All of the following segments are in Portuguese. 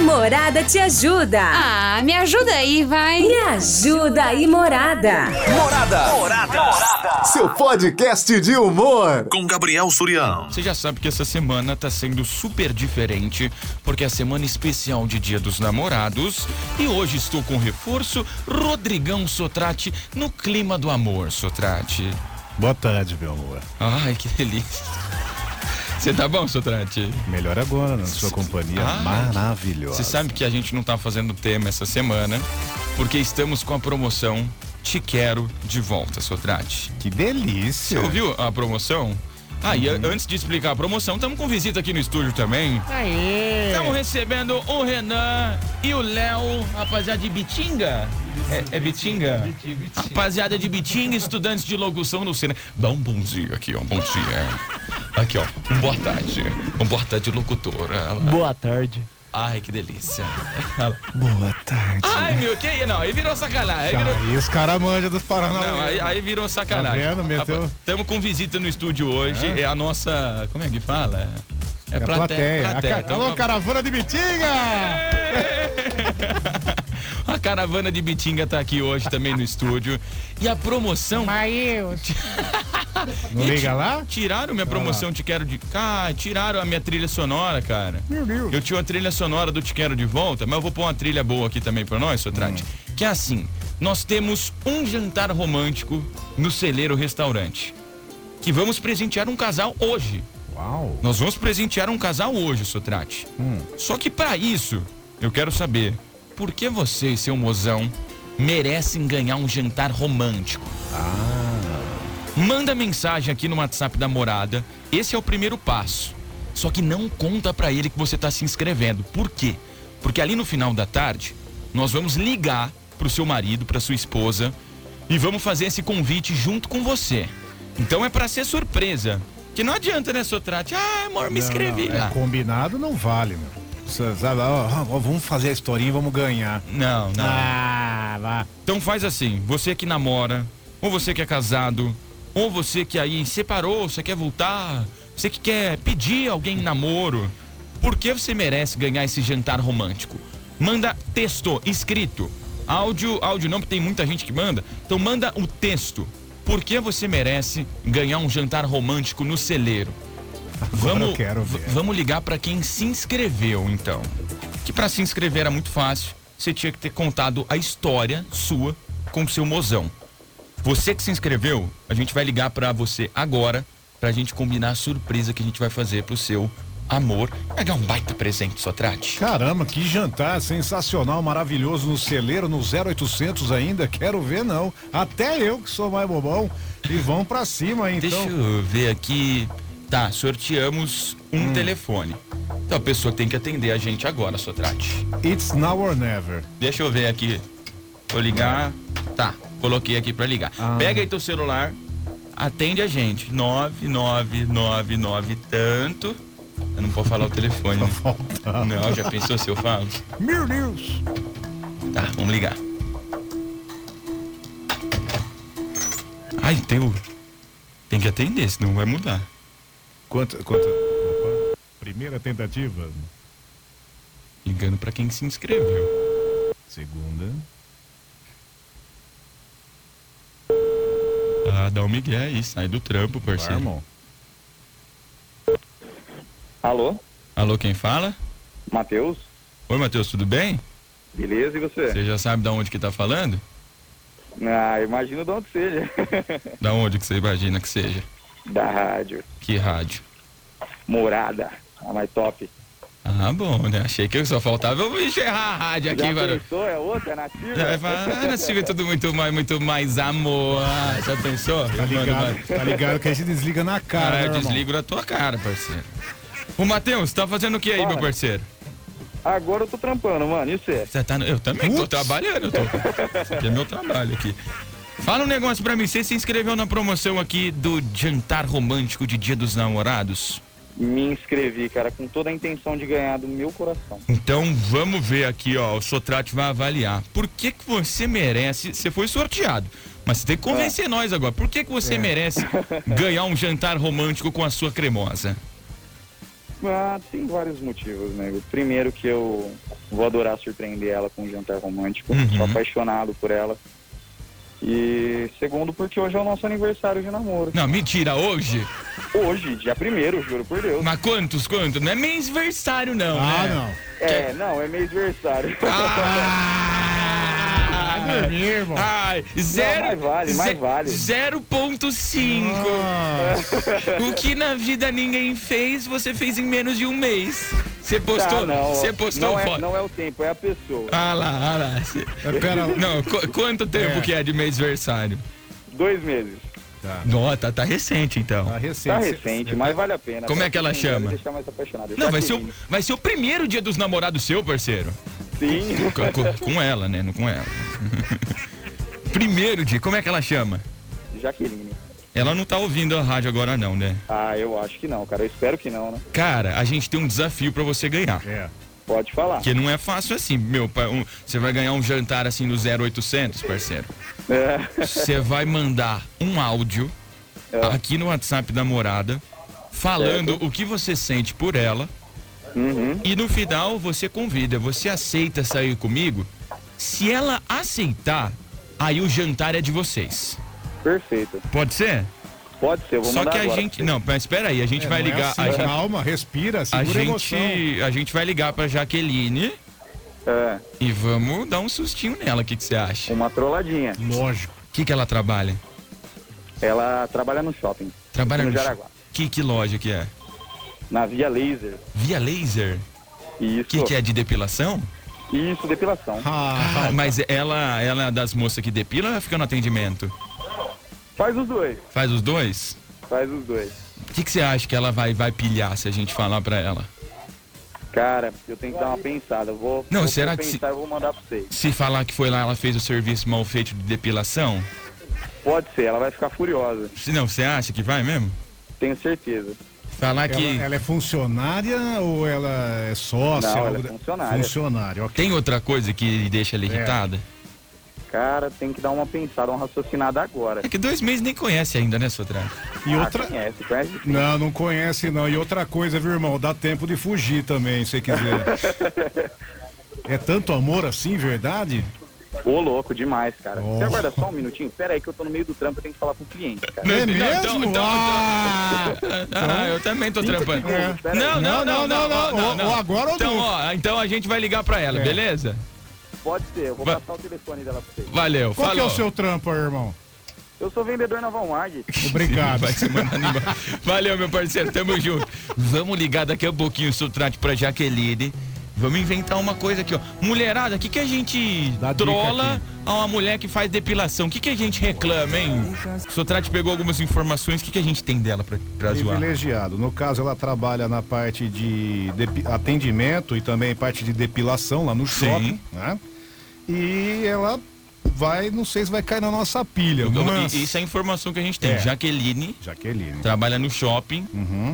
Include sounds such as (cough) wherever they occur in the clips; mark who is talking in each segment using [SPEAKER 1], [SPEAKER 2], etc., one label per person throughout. [SPEAKER 1] Morada te ajuda.
[SPEAKER 2] Ah, me ajuda aí, vai.
[SPEAKER 1] Me ajuda aí, Morada.
[SPEAKER 3] Morada.
[SPEAKER 4] Seu podcast de humor.
[SPEAKER 3] Com Gabriel Surião.
[SPEAKER 5] Você já sabe que essa semana tá sendo super diferente, porque é a semana especial de Dia dos Namorados. E hoje estou com reforço Rodrigão Sotrate no clima do amor, Sotrate.
[SPEAKER 6] Boa tarde, meu amor.
[SPEAKER 5] Ai, que delícia. Você tá bom, Sotrate?
[SPEAKER 6] Melhor agora, na sua companhia
[SPEAKER 5] Ah,
[SPEAKER 6] maravilhosa.
[SPEAKER 5] Você sabe que a gente não tá fazendo tema essa semana, porque estamos com a promoção Te Quero de Volta, Sotrate.
[SPEAKER 6] que delícia.
[SPEAKER 5] Você ouviu Então, a promoção? Ah, e a- antes de explicar a promoção, estamos com visita aqui no estúdio também. Aê! Estamos recebendo o Renan e o Léo, rapaziada de Bitinga. É, é Bitinga? Rapaziada de Bitinga, estudantes de locução no cinema. Dá um bom dia aqui, ó. Um bom dia. Aqui, ó. Um boa tarde. Um boa tarde, locutora.
[SPEAKER 7] Boa tarde.
[SPEAKER 5] Ai, que delícia.
[SPEAKER 6] Boa tarde.
[SPEAKER 5] Ai, meu, que aí? Não, aí virou sacanagem. Aí virou,
[SPEAKER 6] Aí os caras manjam dos É Paraná.
[SPEAKER 5] Ah, Não, aí, aí virou sacanagem.
[SPEAKER 6] Tá vendo, meteu?
[SPEAKER 5] Estamos com visita no estúdio hoje. É, a nossa. Como é que fala? É,
[SPEAKER 6] É a plateia. A
[SPEAKER 5] plateia.
[SPEAKER 6] ca-
[SPEAKER 5] Então,
[SPEAKER 6] Alô, caravana de Bitinga!
[SPEAKER 5] a caravana de Bitinga tá aqui hoje também no estúdio. E a promoção.
[SPEAKER 6] Não liga lá?
[SPEAKER 5] Tiraram minha promoção Te Quero de. Cara, tiraram a minha trilha sonora, cara. Meu Deus. Eu tinha uma trilha sonora do Te Quero de Volta, mas eu vou pôr uma trilha boa aqui também pra nós, Sotrate. Que é assim: nós temos um jantar romântico no Celeiro Restaurante. Que vamos presentear um casal hoje.
[SPEAKER 6] Uau.
[SPEAKER 5] Nós vamos presentear um casal hoje, Sotrate. Só que pra isso, eu quero saber por que você e seu mozão merecem ganhar um jantar romântico.
[SPEAKER 6] Ah.
[SPEAKER 5] Manda mensagem aqui no WhatsApp da morada. Esse é o primeiro passo. Só que não conta pra ele que você tá se inscrevendo. Por quê? Porque ali no final da tarde, nós vamos ligar pro seu marido, pra sua esposa e vamos fazer esse convite junto com você. Então é pra ser surpresa. Que não adianta, né, Sotrate? Ah, amor, me inscrevi.
[SPEAKER 6] Não, não, é
[SPEAKER 5] lá.
[SPEAKER 6] combinado não vale, meu. Você Sabe, ó, ó, ó, vamos fazer a historinha e vamos ganhar.
[SPEAKER 5] Não, não.
[SPEAKER 6] Ah, vá.
[SPEAKER 5] Então faz assim, você que namora, ou você que é casado, ou você que aí separou, você quer voltar, você que quer pedir alguém em namoro, por que você merece ganhar esse jantar romântico? Manda texto, escrito. Áudio, áudio não, porque tem muita gente que manda. Então manda o texto. Por que você merece ganhar um jantar romântico no celeiro? Vamos,
[SPEAKER 6] eu quero ver.
[SPEAKER 5] v- vamos ligar para quem se inscreveu, então. Que para se inscrever era muito fácil. Você tinha que ter contado a história sua com o seu mozão. Você que se inscreveu, a gente vai ligar para você agora pra gente combinar a surpresa que a gente vai fazer pro seu amor. Vai ganhar um baita presente, Sotrate.
[SPEAKER 6] Caramba, que jantar sensacional, maravilhoso no celeiro, no 0800 ainda. Quero ver, não. Até eu que sou mais bobão. E vão pra cima, então.
[SPEAKER 5] Deixa eu ver aqui. Tá, sorteamos um
[SPEAKER 6] Hum.
[SPEAKER 5] telefone. Então a pessoa tem que atender a gente agora, Sotrate.
[SPEAKER 6] It's now or never.
[SPEAKER 5] Deixa eu ver aqui. Vou ligar. Tá, coloquei aqui pra ligar. Pega aí teu celular, atende a gente. 9999 tanto. Eu não posso falar o telefone. né?
[SPEAKER 6] Falta.
[SPEAKER 5] Não, já pensou se eu falo?
[SPEAKER 6] Meu Deus.
[SPEAKER 5] Tá, vamos ligar. Ai, teu. Tem que atender, senão vai mudar.
[SPEAKER 6] Quanto, quanto... Opa. Primeira tentativa.
[SPEAKER 5] Ligando pra quem se inscreveu.
[SPEAKER 6] Segunda.
[SPEAKER 5] Ah, dá um migué aí, sai do trampo,
[SPEAKER 6] Vai,
[SPEAKER 5] parceiro.
[SPEAKER 6] irmão.
[SPEAKER 8] Alô,
[SPEAKER 5] Alô, quem fala?
[SPEAKER 8] Matheus?
[SPEAKER 5] Oi, Matheus, tudo bem?
[SPEAKER 8] Beleza, e
[SPEAKER 9] É.
[SPEAKER 8] você?
[SPEAKER 5] Você já sabe da onde que tá falando?
[SPEAKER 8] Ah, imagino de onde seja. (laughs)
[SPEAKER 5] Da onde que você imagina que seja?
[SPEAKER 8] da rádio.
[SPEAKER 5] Que rádio?
[SPEAKER 8] Morada. A mais top.
[SPEAKER 5] Ah, bom, né? Achei que só faltava eu encerrar a rádio aqui,
[SPEAKER 8] Já
[SPEAKER 5] mano.
[SPEAKER 8] pensou? É outra? É nativa?
[SPEAKER 5] Aí fala, Ah, nós tivemos tudo muito mais, muito mais amor. Ah, Já pensou?
[SPEAKER 6] Tá ligado, tá ligado que a gente desliga na cara,
[SPEAKER 5] Cara,
[SPEAKER 6] né,
[SPEAKER 5] eu
[SPEAKER 6] irmão?
[SPEAKER 5] desligo na tua cara, parceiro. Ô, Matheus, tá fazendo o que aí, meu parceiro?
[SPEAKER 8] (laughs) Agora eu tô trampando, mano. E você?
[SPEAKER 5] Você tá no- Eu também tô
[SPEAKER 6] Ups.
[SPEAKER 5] trabalhando, eu tô. Isso aqui é meu trabalho aqui. Fala um negócio pra mim, você se inscreveu na promoção aqui do jantar romântico de Dia dos Namorados?
[SPEAKER 8] Me inscrevi, cara, com toda a intenção de ganhar do meu coração.
[SPEAKER 5] Então vamos ver aqui, ó. O Sotrate vai avaliar. Por que, que você merece? Você foi sorteado, mas você tem
[SPEAKER 9] É.
[SPEAKER 5] que convencer nós agora.
[SPEAKER 9] (laughs)
[SPEAKER 5] Por que, que você merece ganhar um jantar romântico com a sua cremosa?
[SPEAKER 9] Ah, tem vários motivos,
[SPEAKER 8] né?
[SPEAKER 9] nego. Primeiro que eu vou adorar surpreender ela com um jantar romântico.
[SPEAKER 5] Uhum.
[SPEAKER 9] Sou apaixonado por ela. E segundo, porque hoje é o nosso aniversário de namoro.
[SPEAKER 5] Não, mentira, hoje?
[SPEAKER 9] Hoje, dia primeiro, juro por Deus.
[SPEAKER 5] Mas quantos, quantos? Não é mêsversário, não,
[SPEAKER 6] Ah,
[SPEAKER 5] né?
[SPEAKER 6] não.
[SPEAKER 9] É, não, é Tá, mês aniversário. (laughs)
[SPEAKER 5] Ah,
[SPEAKER 6] dormir, irmão.
[SPEAKER 5] Ai, zero,
[SPEAKER 9] mais vale, mais
[SPEAKER 5] ze-
[SPEAKER 9] vale. Ah!
[SPEAKER 5] 0.5. Ah. O que na vida ninguém fez, você fez em menos de um mês. Você postou,
[SPEAKER 9] Tá, não.
[SPEAKER 5] você postou
[SPEAKER 9] não é,
[SPEAKER 5] foto.
[SPEAKER 9] não é o tempo, é a pessoa.
[SPEAKER 5] Ah lá, ah lá. (laughs) Cê-
[SPEAKER 6] Ah, pera,
[SPEAKER 5] Não, qu- quanto tempo
[SPEAKER 6] É.
[SPEAKER 5] que é de mêsversário?
[SPEAKER 9] Dois meses.
[SPEAKER 5] Nota, tá recente então.
[SPEAKER 6] tá recente.
[SPEAKER 9] Tá recente, mas vale a pena.
[SPEAKER 5] Como é que ela
[SPEAKER 9] Pra quem
[SPEAKER 5] chama?
[SPEAKER 9] quer Deixar mais apaixonado.
[SPEAKER 5] Não, vai ser, o, vai ser o primeiro dia dos namorados seu, parceiro.
[SPEAKER 9] Sim. (laughs)
[SPEAKER 5] Com, com- com ela, né? Não com ela. (laughs) primeiro dia, como é que ela chama?
[SPEAKER 9] Jaqueline.
[SPEAKER 5] Ela não tá ouvindo a rádio agora, não, né?
[SPEAKER 9] Ah, eu acho que não, cara. Eu espero que não, né?
[SPEAKER 5] Cara, a gente tem um desafio pra você ganhar.
[SPEAKER 6] É.
[SPEAKER 9] Pode falar.
[SPEAKER 5] Porque não é fácil assim, meu. pa- um- Você vai ganhar um jantar assim no 0800, parceiro.
[SPEAKER 9] É. (laughs)
[SPEAKER 5] Você vai mandar um áudio aqui no WhatsApp da morada, falando o que você sente por ela.
[SPEAKER 9] Uhum.
[SPEAKER 5] E no final você convida, você aceita sair comigo? Se ela aceitar, aí o jantar é de vocês.
[SPEAKER 9] Perfeito.
[SPEAKER 5] Pode ser?
[SPEAKER 9] Pode ser, eu vou
[SPEAKER 5] Só
[SPEAKER 9] mandar
[SPEAKER 5] que a
[SPEAKER 9] agora.
[SPEAKER 5] gente. Não, mas espera aí, a gente
[SPEAKER 6] É,
[SPEAKER 5] vai
[SPEAKER 6] não é
[SPEAKER 5] ligar.
[SPEAKER 6] assim,
[SPEAKER 5] a gente-
[SPEAKER 6] Calma, respira,
[SPEAKER 5] a,
[SPEAKER 6] segura a emoção.
[SPEAKER 5] gente, a gente vai ligar pra Jaqueline
[SPEAKER 9] É,
[SPEAKER 5] e vamos dar um sustinho nela. O que, que você acha? O
[SPEAKER 9] uma trolladinha.
[SPEAKER 6] Lógico.
[SPEAKER 5] que, que ela trabalha?
[SPEAKER 9] Ela trabalha no shopping.
[SPEAKER 5] Trabalha
[SPEAKER 9] no
[SPEAKER 5] no-
[SPEAKER 9] Jaraguá.
[SPEAKER 5] Que, que loja que é?
[SPEAKER 9] Na Via Laser.
[SPEAKER 5] Via laser?
[SPEAKER 9] Isso.
[SPEAKER 5] Que que é de depilação?
[SPEAKER 9] Isso, depilação.
[SPEAKER 6] Ah,
[SPEAKER 5] Mas ela, ela é das moças que depila ou ela fica no atendimento?
[SPEAKER 9] Faz os dois.
[SPEAKER 5] Faz os dois?
[SPEAKER 9] Faz os dois.
[SPEAKER 5] O que, que você acha que ela vai, vai pilhar se a gente falar pra ela?
[SPEAKER 9] Cara, eu tenho que dar uma pensada. Eu vou,
[SPEAKER 5] Não,
[SPEAKER 9] vou
[SPEAKER 5] será que se-
[SPEAKER 9] pensar, eu vou mandar pra vocês.
[SPEAKER 5] Se falar que foi lá, ela fez o serviço mal feito de depilação?
[SPEAKER 9] Pode ser, ela vai ficar furiosa.
[SPEAKER 5] Se não, você acha que vai mesmo?
[SPEAKER 9] Tenho certeza.
[SPEAKER 5] Falar
[SPEAKER 6] ela,
[SPEAKER 5] que
[SPEAKER 6] ela é funcionária ou ela é sócia?
[SPEAKER 9] Não, ela
[SPEAKER 6] Algo
[SPEAKER 9] é
[SPEAKER 6] da-
[SPEAKER 9] funcionária.
[SPEAKER 6] Funcionária, ok.
[SPEAKER 5] tem outra coisa que
[SPEAKER 6] É.
[SPEAKER 5] deixa ela irritada?
[SPEAKER 9] Cara, tem que dar uma pensada, uma raciocinada agora.
[SPEAKER 5] É que dois meses nem conhece ainda, né, Sotrano?
[SPEAKER 6] E
[SPEAKER 9] Ah,
[SPEAKER 6] outra.
[SPEAKER 9] conhece, conhece sim.
[SPEAKER 6] Não, não conhece não. E outra coisa, viu, irmão? Dá tempo de fugir também, se quiser. é tanto amor assim, verdade?
[SPEAKER 9] Ô, louco, demais, cara.
[SPEAKER 6] Oh.
[SPEAKER 9] Você aguarda só um minutinho? Pera aí que eu tô no meio do trampo, eu tenho que falar com o cliente, cara.
[SPEAKER 5] Não,
[SPEAKER 6] É
[SPEAKER 5] então-
[SPEAKER 6] mesmo?
[SPEAKER 5] então- então-
[SPEAKER 6] Ah!
[SPEAKER 5] Ah, eu também tô
[SPEAKER 6] Então,
[SPEAKER 5] trampando.
[SPEAKER 9] segundos,
[SPEAKER 6] é.
[SPEAKER 9] peraí.
[SPEAKER 5] Não, não, não, não, não,
[SPEAKER 6] Ou-
[SPEAKER 5] não, não.
[SPEAKER 6] ou agora ou
[SPEAKER 5] então,
[SPEAKER 6] nunca.
[SPEAKER 5] ó, então a gente vai ligar pra ela,
[SPEAKER 6] É.
[SPEAKER 5] beleza?
[SPEAKER 9] Pode ser, eu vou
[SPEAKER 5] Vai.
[SPEAKER 9] passar o telefone dela pra vocês.
[SPEAKER 5] Valeu,
[SPEAKER 6] Qual que é
[SPEAKER 5] falou.
[SPEAKER 6] o seu trampo, irmão?
[SPEAKER 9] Eu sou vendedor na Walmart.
[SPEAKER 6] Obrigado.
[SPEAKER 5] Vai se mandando embora. Valeu, meu parceiro, tamo junto. Vamos ligar daqui a pouquinho o sotrate pra Jaqueline. Vamos inventar uma coisa aqui, ó. Mulherada, o que, que a gente
[SPEAKER 6] Dá dica
[SPEAKER 5] trola
[SPEAKER 6] aqui.
[SPEAKER 5] a uma mulher que faz depilação? O que, que a gente reclama, hein? O Sotrate pegou algumas informações, o que, que a gente tem dela pra, pra zoar?
[SPEAKER 6] Privilegiado. No caso, ela trabalha na parte de depi- atendimento e também parte de depilação lá no shopping, né? E ela vai, não sei se vai cair na nossa pilha,
[SPEAKER 5] Então,
[SPEAKER 6] mas...
[SPEAKER 5] i- Isso é a informação que a gente tem.
[SPEAKER 6] É.
[SPEAKER 5] Jaqueline
[SPEAKER 6] Jaqueline.
[SPEAKER 5] trabalha no shopping,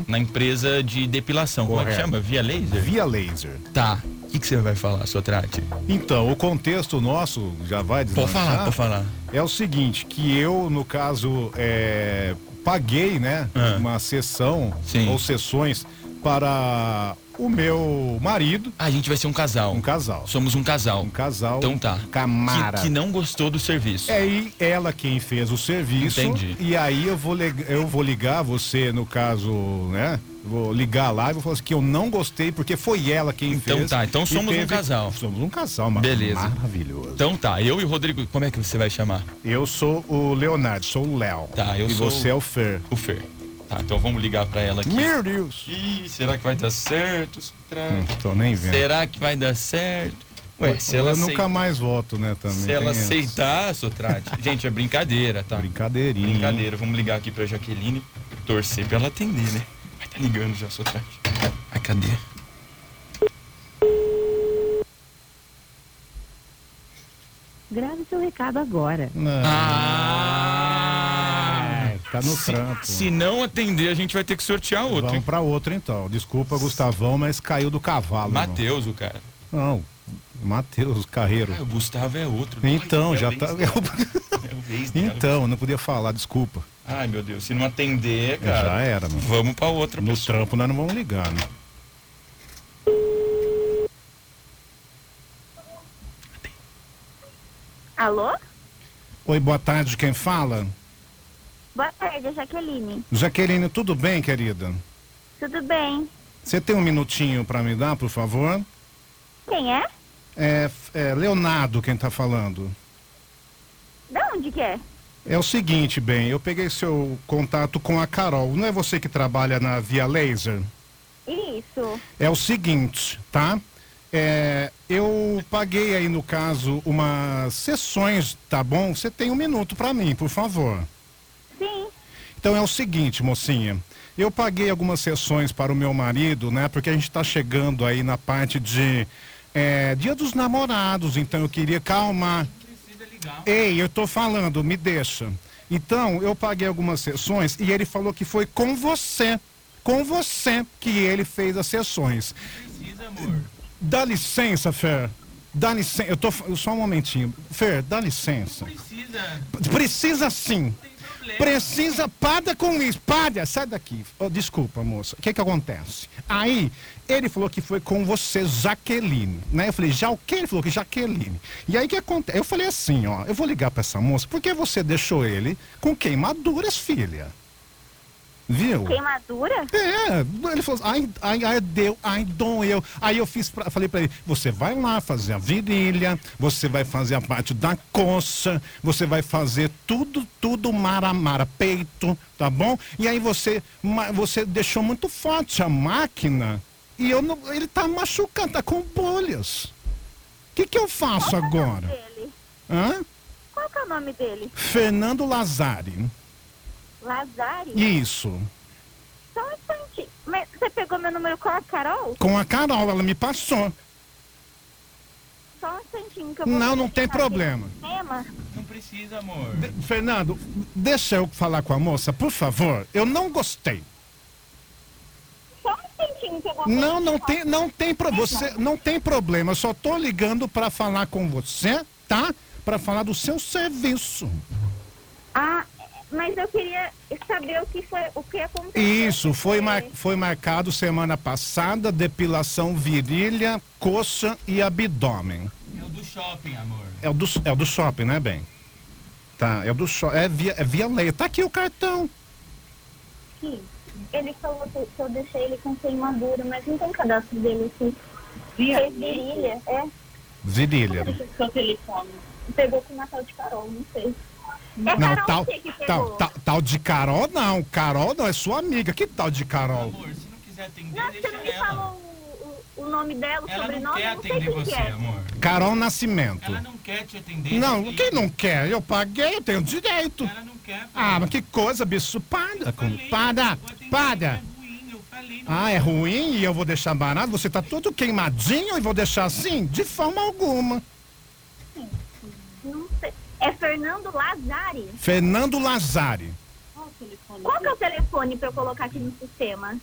[SPEAKER 5] na empresa de depilação. Como é que
[SPEAKER 6] Correto.
[SPEAKER 5] chama? Via laser?
[SPEAKER 6] Via laser.
[SPEAKER 5] Tá. O que, que você vai falar, Sotrate?
[SPEAKER 6] Então, o contexto nosso já vai
[SPEAKER 5] Pode
[SPEAKER 6] deslanchar?
[SPEAKER 5] falar, pode falar.
[SPEAKER 6] É o seguinte, que eu, no caso, é, paguei, né,
[SPEAKER 5] Ah.
[SPEAKER 6] uma sessão
[SPEAKER 5] Sim.
[SPEAKER 6] ou sessões para o meu marido,
[SPEAKER 5] Ah, a gente vai ser um casal.
[SPEAKER 6] um casal.
[SPEAKER 5] Somos um casal.
[SPEAKER 6] Um casal.
[SPEAKER 5] Então tá.
[SPEAKER 6] Camara.
[SPEAKER 5] Que, que não gostou do serviço.
[SPEAKER 6] É aí ela quem fez o serviço.
[SPEAKER 5] Entendi.
[SPEAKER 6] E aí eu vou, leg- eu vou ligar você, no caso, né? Vou ligar lá e vou falar assim que eu não gostei porque foi ela quem
[SPEAKER 5] Então
[SPEAKER 6] fez.
[SPEAKER 5] tá, então
[SPEAKER 6] e
[SPEAKER 5] somos um casal.
[SPEAKER 6] Somos um casal, mano.
[SPEAKER 5] Beleza.
[SPEAKER 6] Maravilhoso.
[SPEAKER 5] Então tá, eu e o Rodrigo, como é que você vai chamar?
[SPEAKER 6] Eu sou o Leonardo, sou o Léo.
[SPEAKER 5] Tá, eu
[SPEAKER 6] e
[SPEAKER 5] sou-
[SPEAKER 6] você é o Fer.
[SPEAKER 5] O Fer. Tá, então vamos ligar pra ela aqui.
[SPEAKER 6] Meu Deus!
[SPEAKER 5] Ih, será que vai dar certo? Sotrate?
[SPEAKER 6] Não tô nem vendo.
[SPEAKER 5] Será que vai dar certo? Ué, se ela
[SPEAKER 6] eu nunca
[SPEAKER 5] aceitar,
[SPEAKER 6] mais voto, né, também.
[SPEAKER 5] se ela
[SPEAKER 6] tem essa.
[SPEAKER 5] aceitar
[SPEAKER 6] (laughs)
[SPEAKER 5] Sotrate. gente, é brincadeira, tá?
[SPEAKER 6] Brincadeirinha. hein?
[SPEAKER 5] Brincadeira, vamos ligar aqui pra Jaqueline, torcer pra ela atender, né? Vai tá ligando já, Sotrate. Ai, cadê?
[SPEAKER 2] Grave seu recado agora.
[SPEAKER 6] Não,
[SPEAKER 5] Ah!
[SPEAKER 6] tá no
[SPEAKER 5] se,
[SPEAKER 6] trampo.
[SPEAKER 5] se não atender, a gente vai ter que sortear outro. hein?
[SPEAKER 6] Vamos pra outro então. Desculpa, Gustavão, mas caiu do cavalo. irmão.
[SPEAKER 5] Matheus, o cara.
[SPEAKER 6] Não, Matheus Carreiro.
[SPEAKER 5] Ah, o Gustavo é outro.
[SPEAKER 6] Então,
[SPEAKER 5] Ai,
[SPEAKER 6] já
[SPEAKER 5] é o
[SPEAKER 6] tá.
[SPEAKER 5] ex- é o (laughs) ex dela.
[SPEAKER 6] (laughs) Então, não podia falar, desculpa.
[SPEAKER 5] Ai, meu Deus, se não atender, cara.
[SPEAKER 6] Já era, mano.
[SPEAKER 5] Vamos pra outra
[SPEAKER 6] No
[SPEAKER 5] pessoa.
[SPEAKER 6] trampo nós não vamos ligar, né?
[SPEAKER 10] Alô?
[SPEAKER 6] Oi, boa tarde, quem fala?
[SPEAKER 10] Boa tarde, é Jaqueline.
[SPEAKER 6] Jaqueline, tudo bem, querida?
[SPEAKER 10] Tudo bem?
[SPEAKER 6] Você tem um minutinho pra me dar, por favor?
[SPEAKER 10] Quem é?
[SPEAKER 6] É, é Leonardo quem tá falando.
[SPEAKER 10] Da onde que é?
[SPEAKER 6] É o seguinte, bem, eu peguei seu contato com a Carol. Não é você que trabalha na Via Laser?
[SPEAKER 10] Isso.
[SPEAKER 6] É o seguinte, tá? É, eu paguei aí no caso umas sessões, tá bom? Você tem um minuto pra mim, por favor.
[SPEAKER 10] Sim.
[SPEAKER 6] Então é o seguinte, mocinha. Eu paguei algumas sessões para o meu marido, né? Porque a gente tá chegando aí na parte de é, Dia dos Namorados, então eu queria calmar. Ei, eu tô falando, me deixa. Então, eu paguei algumas sessões e ele falou que foi com você. Com você que ele fez as sessões. Dá licença, Fer. Dá licença. Eu tô. fa- Só um momentinho. Fer, dá licença. Precisa. Precisa sim. Precisa, para com isso, para, sai daqui. Ô, desculpa, moça, o que que acontece? Aí, ele falou que foi com você, Jaqueline, né? Eu falei, já o quê? Ele falou que Jaqueline. E aí, o que acontece? Eu falei assim, ó, eu vou ligar pra essa moça, porque você deixou ele com queimaduras, filha. Viu?
[SPEAKER 10] Queimadura?
[SPEAKER 6] É, ele falou, ai, ai, ai, deu, ai, doeu. Aí eu fiz, pra, falei pra ele, você vai lá fazer a virilha, você vai fazer a parte da coxa, você vai fazer tudo, tudo mara-mara, peito, tá bom? E aí você, ma- você deixou muito forte a máquina e eu não, ele tá machucando, tá com bolhas. O que que eu faço
[SPEAKER 10] Qual que é o nome
[SPEAKER 6] agora?
[SPEAKER 10] dele?
[SPEAKER 6] Hã?
[SPEAKER 10] Qual que é o nome dele?
[SPEAKER 6] Fernando Lazari.
[SPEAKER 10] Lazari?
[SPEAKER 6] Isso.
[SPEAKER 10] Só um instantinho. Mas você pegou meu número com a Carol?
[SPEAKER 6] Com a Carol, ela me passou.
[SPEAKER 10] Só um instantinho que eu vou
[SPEAKER 6] Não, não tem
[SPEAKER 10] verificar aqui
[SPEAKER 6] problema.
[SPEAKER 10] no sistema.
[SPEAKER 5] Não precisa, amor.
[SPEAKER 6] Fernando, deixa eu falar com a moça, por favor. Eu não gostei.
[SPEAKER 10] Só um instantinho que eu vou
[SPEAKER 6] Não, não
[SPEAKER 10] verificar.
[SPEAKER 6] tem, não tem pro, você, não tem problema. Eu só tô ligando pra falar com você, tá? Pra falar do seu serviço.
[SPEAKER 10] Ah, mas eu queria saber o que foi, o que aconteceu.
[SPEAKER 6] Isso foi
[SPEAKER 10] É,
[SPEAKER 6] mar, foi marcado semana passada, depilação virilha, coxa e abdômen.
[SPEAKER 5] É o do shopping, amor.
[SPEAKER 6] É o do, é o do shopping, né, bem? Tá, é o do shopping. É via, é via lei. Tá aqui o cartão.
[SPEAKER 10] que Ele falou que que eu deixei ele com queimadura, mas não tem cadastro dele aqui. Fez virilha, é.
[SPEAKER 6] Virilha.
[SPEAKER 10] Seu telefone. Pegou com o Natal de Carol, não sei. É
[SPEAKER 6] Não,
[SPEAKER 10] Carol
[SPEAKER 6] tal,
[SPEAKER 10] que que
[SPEAKER 6] tal,
[SPEAKER 10] pegou.
[SPEAKER 6] tal, tal de Carol não. Carol não, é sua amiga. Que tal de Carol?
[SPEAKER 5] Amor, se não quiser atender,
[SPEAKER 10] Não, você não me falou o, o- o nome dela, o sobrenome, eu não sei quem que é.
[SPEAKER 5] amor.
[SPEAKER 6] Carol Nascimento.
[SPEAKER 5] não quer te atender. assim?
[SPEAKER 6] Não, quem não quer? Eu paguei, eu tenho direito.
[SPEAKER 5] não quer.
[SPEAKER 6] Ah, mas que coisa, bicho. Para, com- para,
[SPEAKER 5] é
[SPEAKER 6] para. Ah, é ruim e eu vou deixar barato? Você tá todo queimadinho e vou deixar assim? De forma alguma.
[SPEAKER 10] Não sei. É Fernando Lazari.
[SPEAKER 6] Fernando Lazari,
[SPEAKER 10] Qual que é o telefone pra eu colocar aqui no sistema? Ah,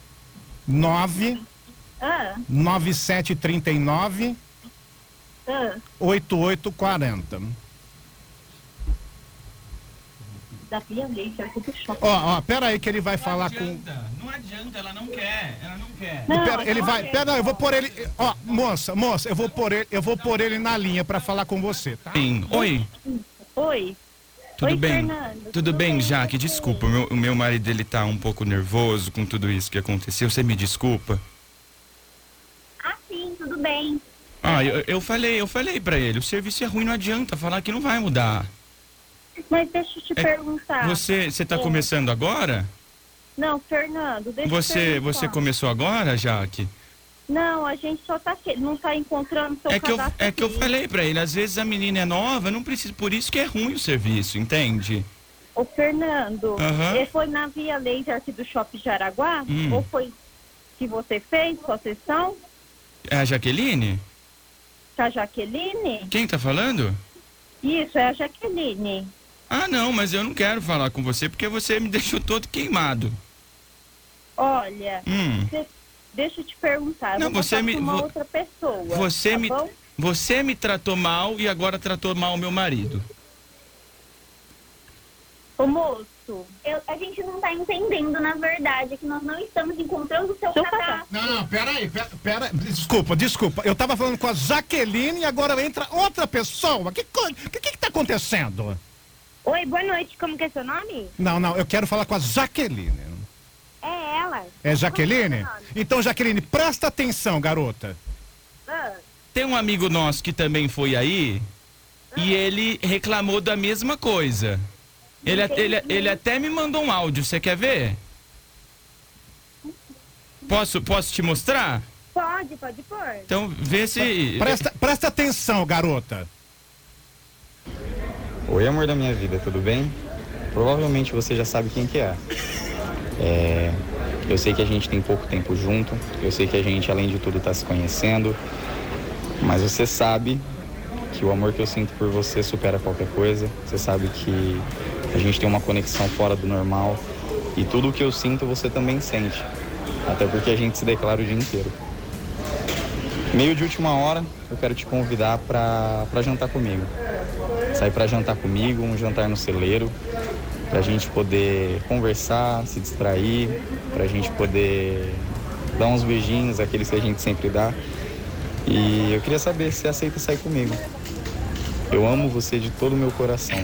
[SPEAKER 6] 99739
[SPEAKER 10] ah.
[SPEAKER 6] 8840.
[SPEAKER 10] Da Via Laser, do shopping.
[SPEAKER 6] Ó, ó, pera aí que ele vai falar com
[SPEAKER 5] Não adianta, ela não quer. Ela não quer.
[SPEAKER 6] Pera, ele vai. Pera, eu vou pôr ele. Ó, moça, moça, eu vou pôr ele, eu vou pôr ele na linha pra falar com você, tá?
[SPEAKER 5] Oi,
[SPEAKER 10] Oi.
[SPEAKER 5] tudo
[SPEAKER 10] Oi,
[SPEAKER 5] bem?
[SPEAKER 10] Fernando,
[SPEAKER 5] Tudo,
[SPEAKER 10] tudo
[SPEAKER 5] bem,
[SPEAKER 10] bem?
[SPEAKER 5] Jaque? Desculpa, o meu, o meu marido ele tá um pouco nervoso com tudo isso que aconteceu. Você me desculpa?
[SPEAKER 10] Ah, sim, tudo bem.
[SPEAKER 5] Ah, eu, eu falei, eu falei pra ele, o serviço é ruim, não adianta falar que não vai mudar.
[SPEAKER 10] Mas deixa eu te
[SPEAKER 5] É,
[SPEAKER 10] perguntar.
[SPEAKER 5] Você, você tá
[SPEAKER 10] É.
[SPEAKER 5] começando agora?
[SPEAKER 10] Não, Fernando, deixa eu
[SPEAKER 5] Você,
[SPEAKER 10] perguntar.
[SPEAKER 5] você começou agora, Jaque?
[SPEAKER 10] Não, a gente só tá che- não tá encontrando seu
[SPEAKER 5] É que eu,
[SPEAKER 10] cadastro
[SPEAKER 5] é que eu
[SPEAKER 10] aqui.
[SPEAKER 5] falei pra ele, às vezes a menina é nova, não precisa, por isso que é ruim o serviço, entende?
[SPEAKER 10] Ô, Fernando,
[SPEAKER 5] Aham.
[SPEAKER 10] eh, foi na Via Laser aqui do Shopping Jaraguá?
[SPEAKER 5] Hum.
[SPEAKER 10] Ou foi que você fez sua sessão?
[SPEAKER 5] É a Jaqueline?
[SPEAKER 10] Com a Jaqueline?
[SPEAKER 5] Quem tá falando?
[SPEAKER 10] Isso, é a Jaqueline.
[SPEAKER 5] Ah, não, mas eu não quero falar com você porque você me (laughs) deixou todo queimado.
[SPEAKER 10] Olha,
[SPEAKER 5] Hum.
[SPEAKER 10] cê- deixa eu te perguntar. eu
[SPEAKER 5] Não,
[SPEAKER 10] vou
[SPEAKER 5] você
[SPEAKER 10] passar
[SPEAKER 5] me-
[SPEAKER 10] pra uma
[SPEAKER 5] vo-
[SPEAKER 10] outra pessoa.
[SPEAKER 5] Você
[SPEAKER 10] tá
[SPEAKER 5] me
[SPEAKER 10] bom?
[SPEAKER 5] você me tratou mal e agora tratou mal o meu marido.
[SPEAKER 10] Ô, moço,
[SPEAKER 11] Eu- a gente não tá entendendo, na verdade, que nós não estamos encontrando o seu
[SPEAKER 10] Seu
[SPEAKER 11] cadastro.
[SPEAKER 6] Não, não, pera aí, pera, pera- Desculpa, desculpa. Eu tava falando com a Jaqueline e agora entra outra pessoa. Que coisa. O que, que que tá acontecendo?
[SPEAKER 10] Oi, boa noite. Como que é seu nome?
[SPEAKER 6] Não, não, eu quero falar com a Jaqueline.
[SPEAKER 10] É ela.
[SPEAKER 6] É Jaqueline?
[SPEAKER 10] Como que é seu nome?
[SPEAKER 6] Então, Jaqueline, presta atenção, garota.
[SPEAKER 10] Ah,
[SPEAKER 5] Tem um amigo nosso que também foi aí e
[SPEAKER 10] Ah.
[SPEAKER 5] ele reclamou da mesma coisa. Ele, a- ele, ele até me mandou um áudio, você quer ver? Posso, posso te mostrar?
[SPEAKER 10] pode, pode pôr.
[SPEAKER 5] Então vê se.
[SPEAKER 6] Presta, presta atenção, garota.
[SPEAKER 9] Oi, amor da minha vida, tudo bem? Provavelmente você já sabe quem que é. É, Eu sei que a gente tem pouco tempo junto, eu sei que a gente, além de tudo, está se conhecendo, mas você sabe que o amor que eu sinto por você supera qualquer coisa, você sabe que a gente tem uma conexão fora do normal e tudo o que eu sinto você também sente, até porque a gente se declara o dia inteiro. Meio de última hora, eu quero te convidar para jantar comigo sair para jantar comigo, um jantar no celeiro, para a gente poder conversar, se distrair, para a gente poder dar uns beijinhos, aqueles que a gente sempre dá. E eu queria saber se você aceita sair comigo. Eu amo você de todo o meu coração.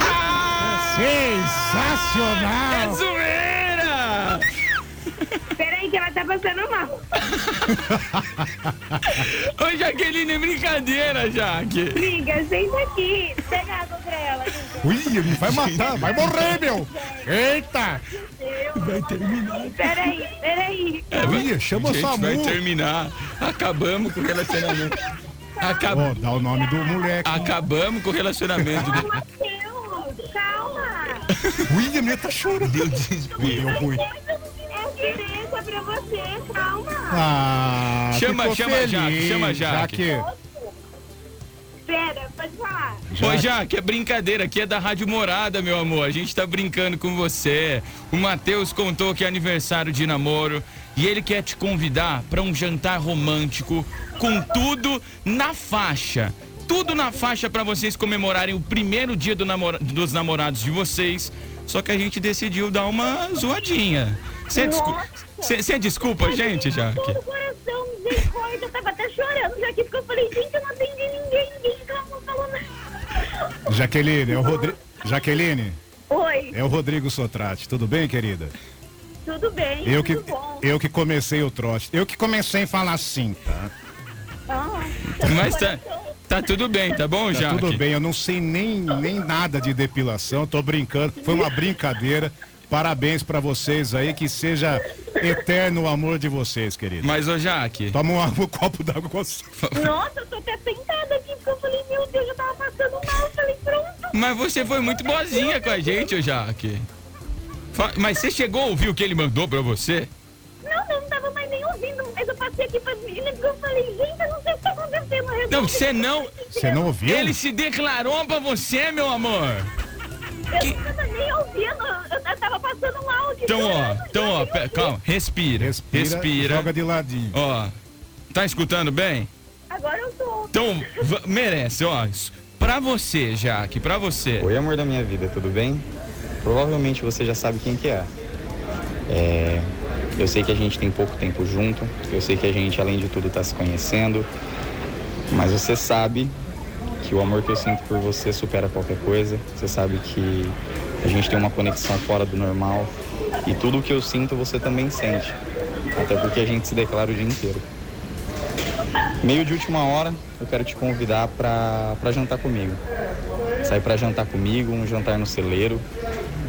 [SPEAKER 5] Ah,
[SPEAKER 6] Sensacional!
[SPEAKER 5] É zoeira!
[SPEAKER 10] Peraí que ela tá passando mal.
[SPEAKER 5] (laughs) Ô, Jaqueline, é brincadeira, Jaque.
[SPEAKER 10] Amiga, senta aqui. Pega água pra ela. gente.
[SPEAKER 6] Ui, ele vai matar, vai morrer, meu! Eita!
[SPEAKER 10] Peraí, peraí.
[SPEAKER 6] Ui, chama
[SPEAKER 5] Gente,
[SPEAKER 6] sua
[SPEAKER 5] vai
[SPEAKER 6] mulher.
[SPEAKER 5] terminar. Acabamos com
[SPEAKER 6] (laughs)
[SPEAKER 5] o relacionamento. Acab-
[SPEAKER 6] Ó, dá o nome do moleque.
[SPEAKER 5] Acabamos com o relacionamento. né?
[SPEAKER 10] Matheus, calma.
[SPEAKER 6] Ui, a mulher tá chorando. Deu ruim.
[SPEAKER 10] É diferença pra você, calma.
[SPEAKER 6] Ah,
[SPEAKER 5] Chama-
[SPEAKER 6] ficou
[SPEAKER 5] chama a
[SPEAKER 6] feliz.
[SPEAKER 5] Jaque, chama a Jaque.
[SPEAKER 10] Pera, pode falar.
[SPEAKER 5] Ô, Jaque, é brincadeira. Aqui é da Rádio Morada, meu amor. A gente tá brincando com você. O Matheus contou que é aniversário de namoro e ele quer te convidar pra um jantar romântico com tudo na faixa. Tudo na faixa pra vocês comemorarem o primeiro dia do namora- dos namorados de vocês. Só que a gente decidiu dar uma zoadinha. Você descu- cê- cê desculpa, gente, Jaque?
[SPEAKER 10] Todo coração, misericórdia, eu tava até chorando já aqui, porque eu falei, gente, eu não atendi ninguém, ninguém reclamou, falou nada.
[SPEAKER 6] Jaqueline, é o Rodrigo. Jaqueline,
[SPEAKER 10] Oi,
[SPEAKER 6] é o Rodrigo Sotrate. Tudo bem, querida?
[SPEAKER 10] tudo bem?
[SPEAKER 6] Eu que,
[SPEAKER 10] tudo bom?
[SPEAKER 6] eu que comecei o trote. Eu que comecei a falar assim, tá?
[SPEAKER 10] Ah,
[SPEAKER 5] Mas tá, tá tudo bem, tá bom,
[SPEAKER 6] Tá
[SPEAKER 5] Jaque?
[SPEAKER 6] tudo bem, eu não sei nem, nem nada de depilação, tô brincando. Foi uma brincadeira. Parabéns pra vocês aí, que seja eterno o amor de vocês, querido.
[SPEAKER 5] Mas, ô, Jaque.
[SPEAKER 6] Toma um, água- um copo d'água com você.
[SPEAKER 10] nossa, eu tô até sentada aqui, porque eu falei, meu Deus, eu tava passando mal, eu falei, pronto.
[SPEAKER 5] Mas você foi muito boazinha com a gente, ô Jaque. Fa- Mas você chegou a ouvir o que ele mandou pra você?
[SPEAKER 10] Não, não, não tava mais nem ouvindo, mas eu passei aqui pra menina, porque eu falei, gente, eu não sei o que tá acontecendo. resolve-
[SPEAKER 5] Não, você não.
[SPEAKER 6] Você não ouviu?
[SPEAKER 5] Ele se declarou pra você, meu amor.
[SPEAKER 10] Eu não tava nem ouvindo, eu eu tava passando um mal. de
[SPEAKER 5] Então, ó,
[SPEAKER 10] chorando,
[SPEAKER 5] então, ó,
[SPEAKER 10] eu nem
[SPEAKER 5] pe- calma, respira.
[SPEAKER 6] Respira, joga
[SPEAKER 5] Respira.
[SPEAKER 6] de ladinho.
[SPEAKER 5] Ó, tá escutando bem?
[SPEAKER 10] ouvi. Agora eu tô.
[SPEAKER 5] Então, v- merece, ó. isso- Pra você, Jaque, pra você.
[SPEAKER 9] Oi, amor da minha vida, tudo bem? Provavelmente você já sabe quem que é. É, Eu sei que a gente tem pouco tempo junto, eu sei que a gente, além de tudo, está se conhecendo, mas você sabe que o amor que eu sinto por você supera qualquer coisa, você sabe que a gente tem uma conexão fora do normal e tudo o que eu sinto você também sente, até porque a gente se declara o dia inteiro. Meio de última hora, eu quero te convidar para jantar comigo sair para jantar comigo, um jantar no celeiro,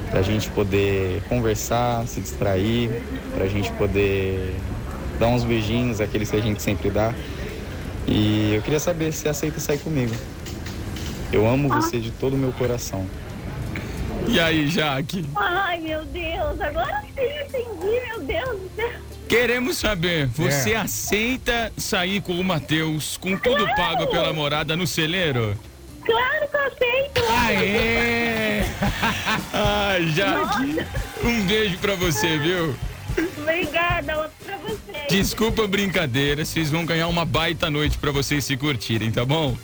[SPEAKER 9] pra gente poder conversar, se distrair, pra gente poder dar uns beijinhos, aqueles que a gente sempre dá. E eu queria saber se você aceita sair comigo. Eu amo você de todo o meu coração.
[SPEAKER 5] E aí, Jaque?
[SPEAKER 10] Ai, meu Deus, agora sim eu entendi, meu Deus do céu.
[SPEAKER 5] Queremos saber, você
[SPEAKER 6] É.
[SPEAKER 5] aceita sair com o Matheus com tudo pago pela morada no celeiro?
[SPEAKER 10] Claro que eu aceito. (laughs)
[SPEAKER 5] Aê! (laughs) Ai, Jaque, um beijo pra você, viu?
[SPEAKER 10] Obrigada, outro pra vocês.
[SPEAKER 5] Desculpa a brincadeira, vocês vão ganhar uma baita noite pra vocês se curtirem, tá bom?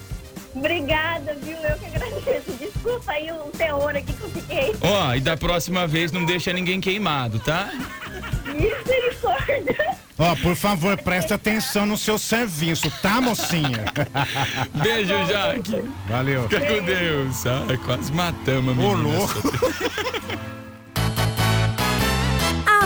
[SPEAKER 10] Obrigada, viu? Eu que agradeço. Desculpa aí o teor aqui que eu fiquei.
[SPEAKER 5] Ó, e da próxima vez não deixa ninguém queimado, tá?
[SPEAKER 10] Misericórdia.
[SPEAKER 6] Ó, por favor, preste atenção no seu serviço, tá, mocinha?
[SPEAKER 5] Beijo, Jaque.
[SPEAKER 6] Valeu.
[SPEAKER 5] Fica com Deus. Ai, quase matamos, menina. Ô, louco.
[SPEAKER 1] A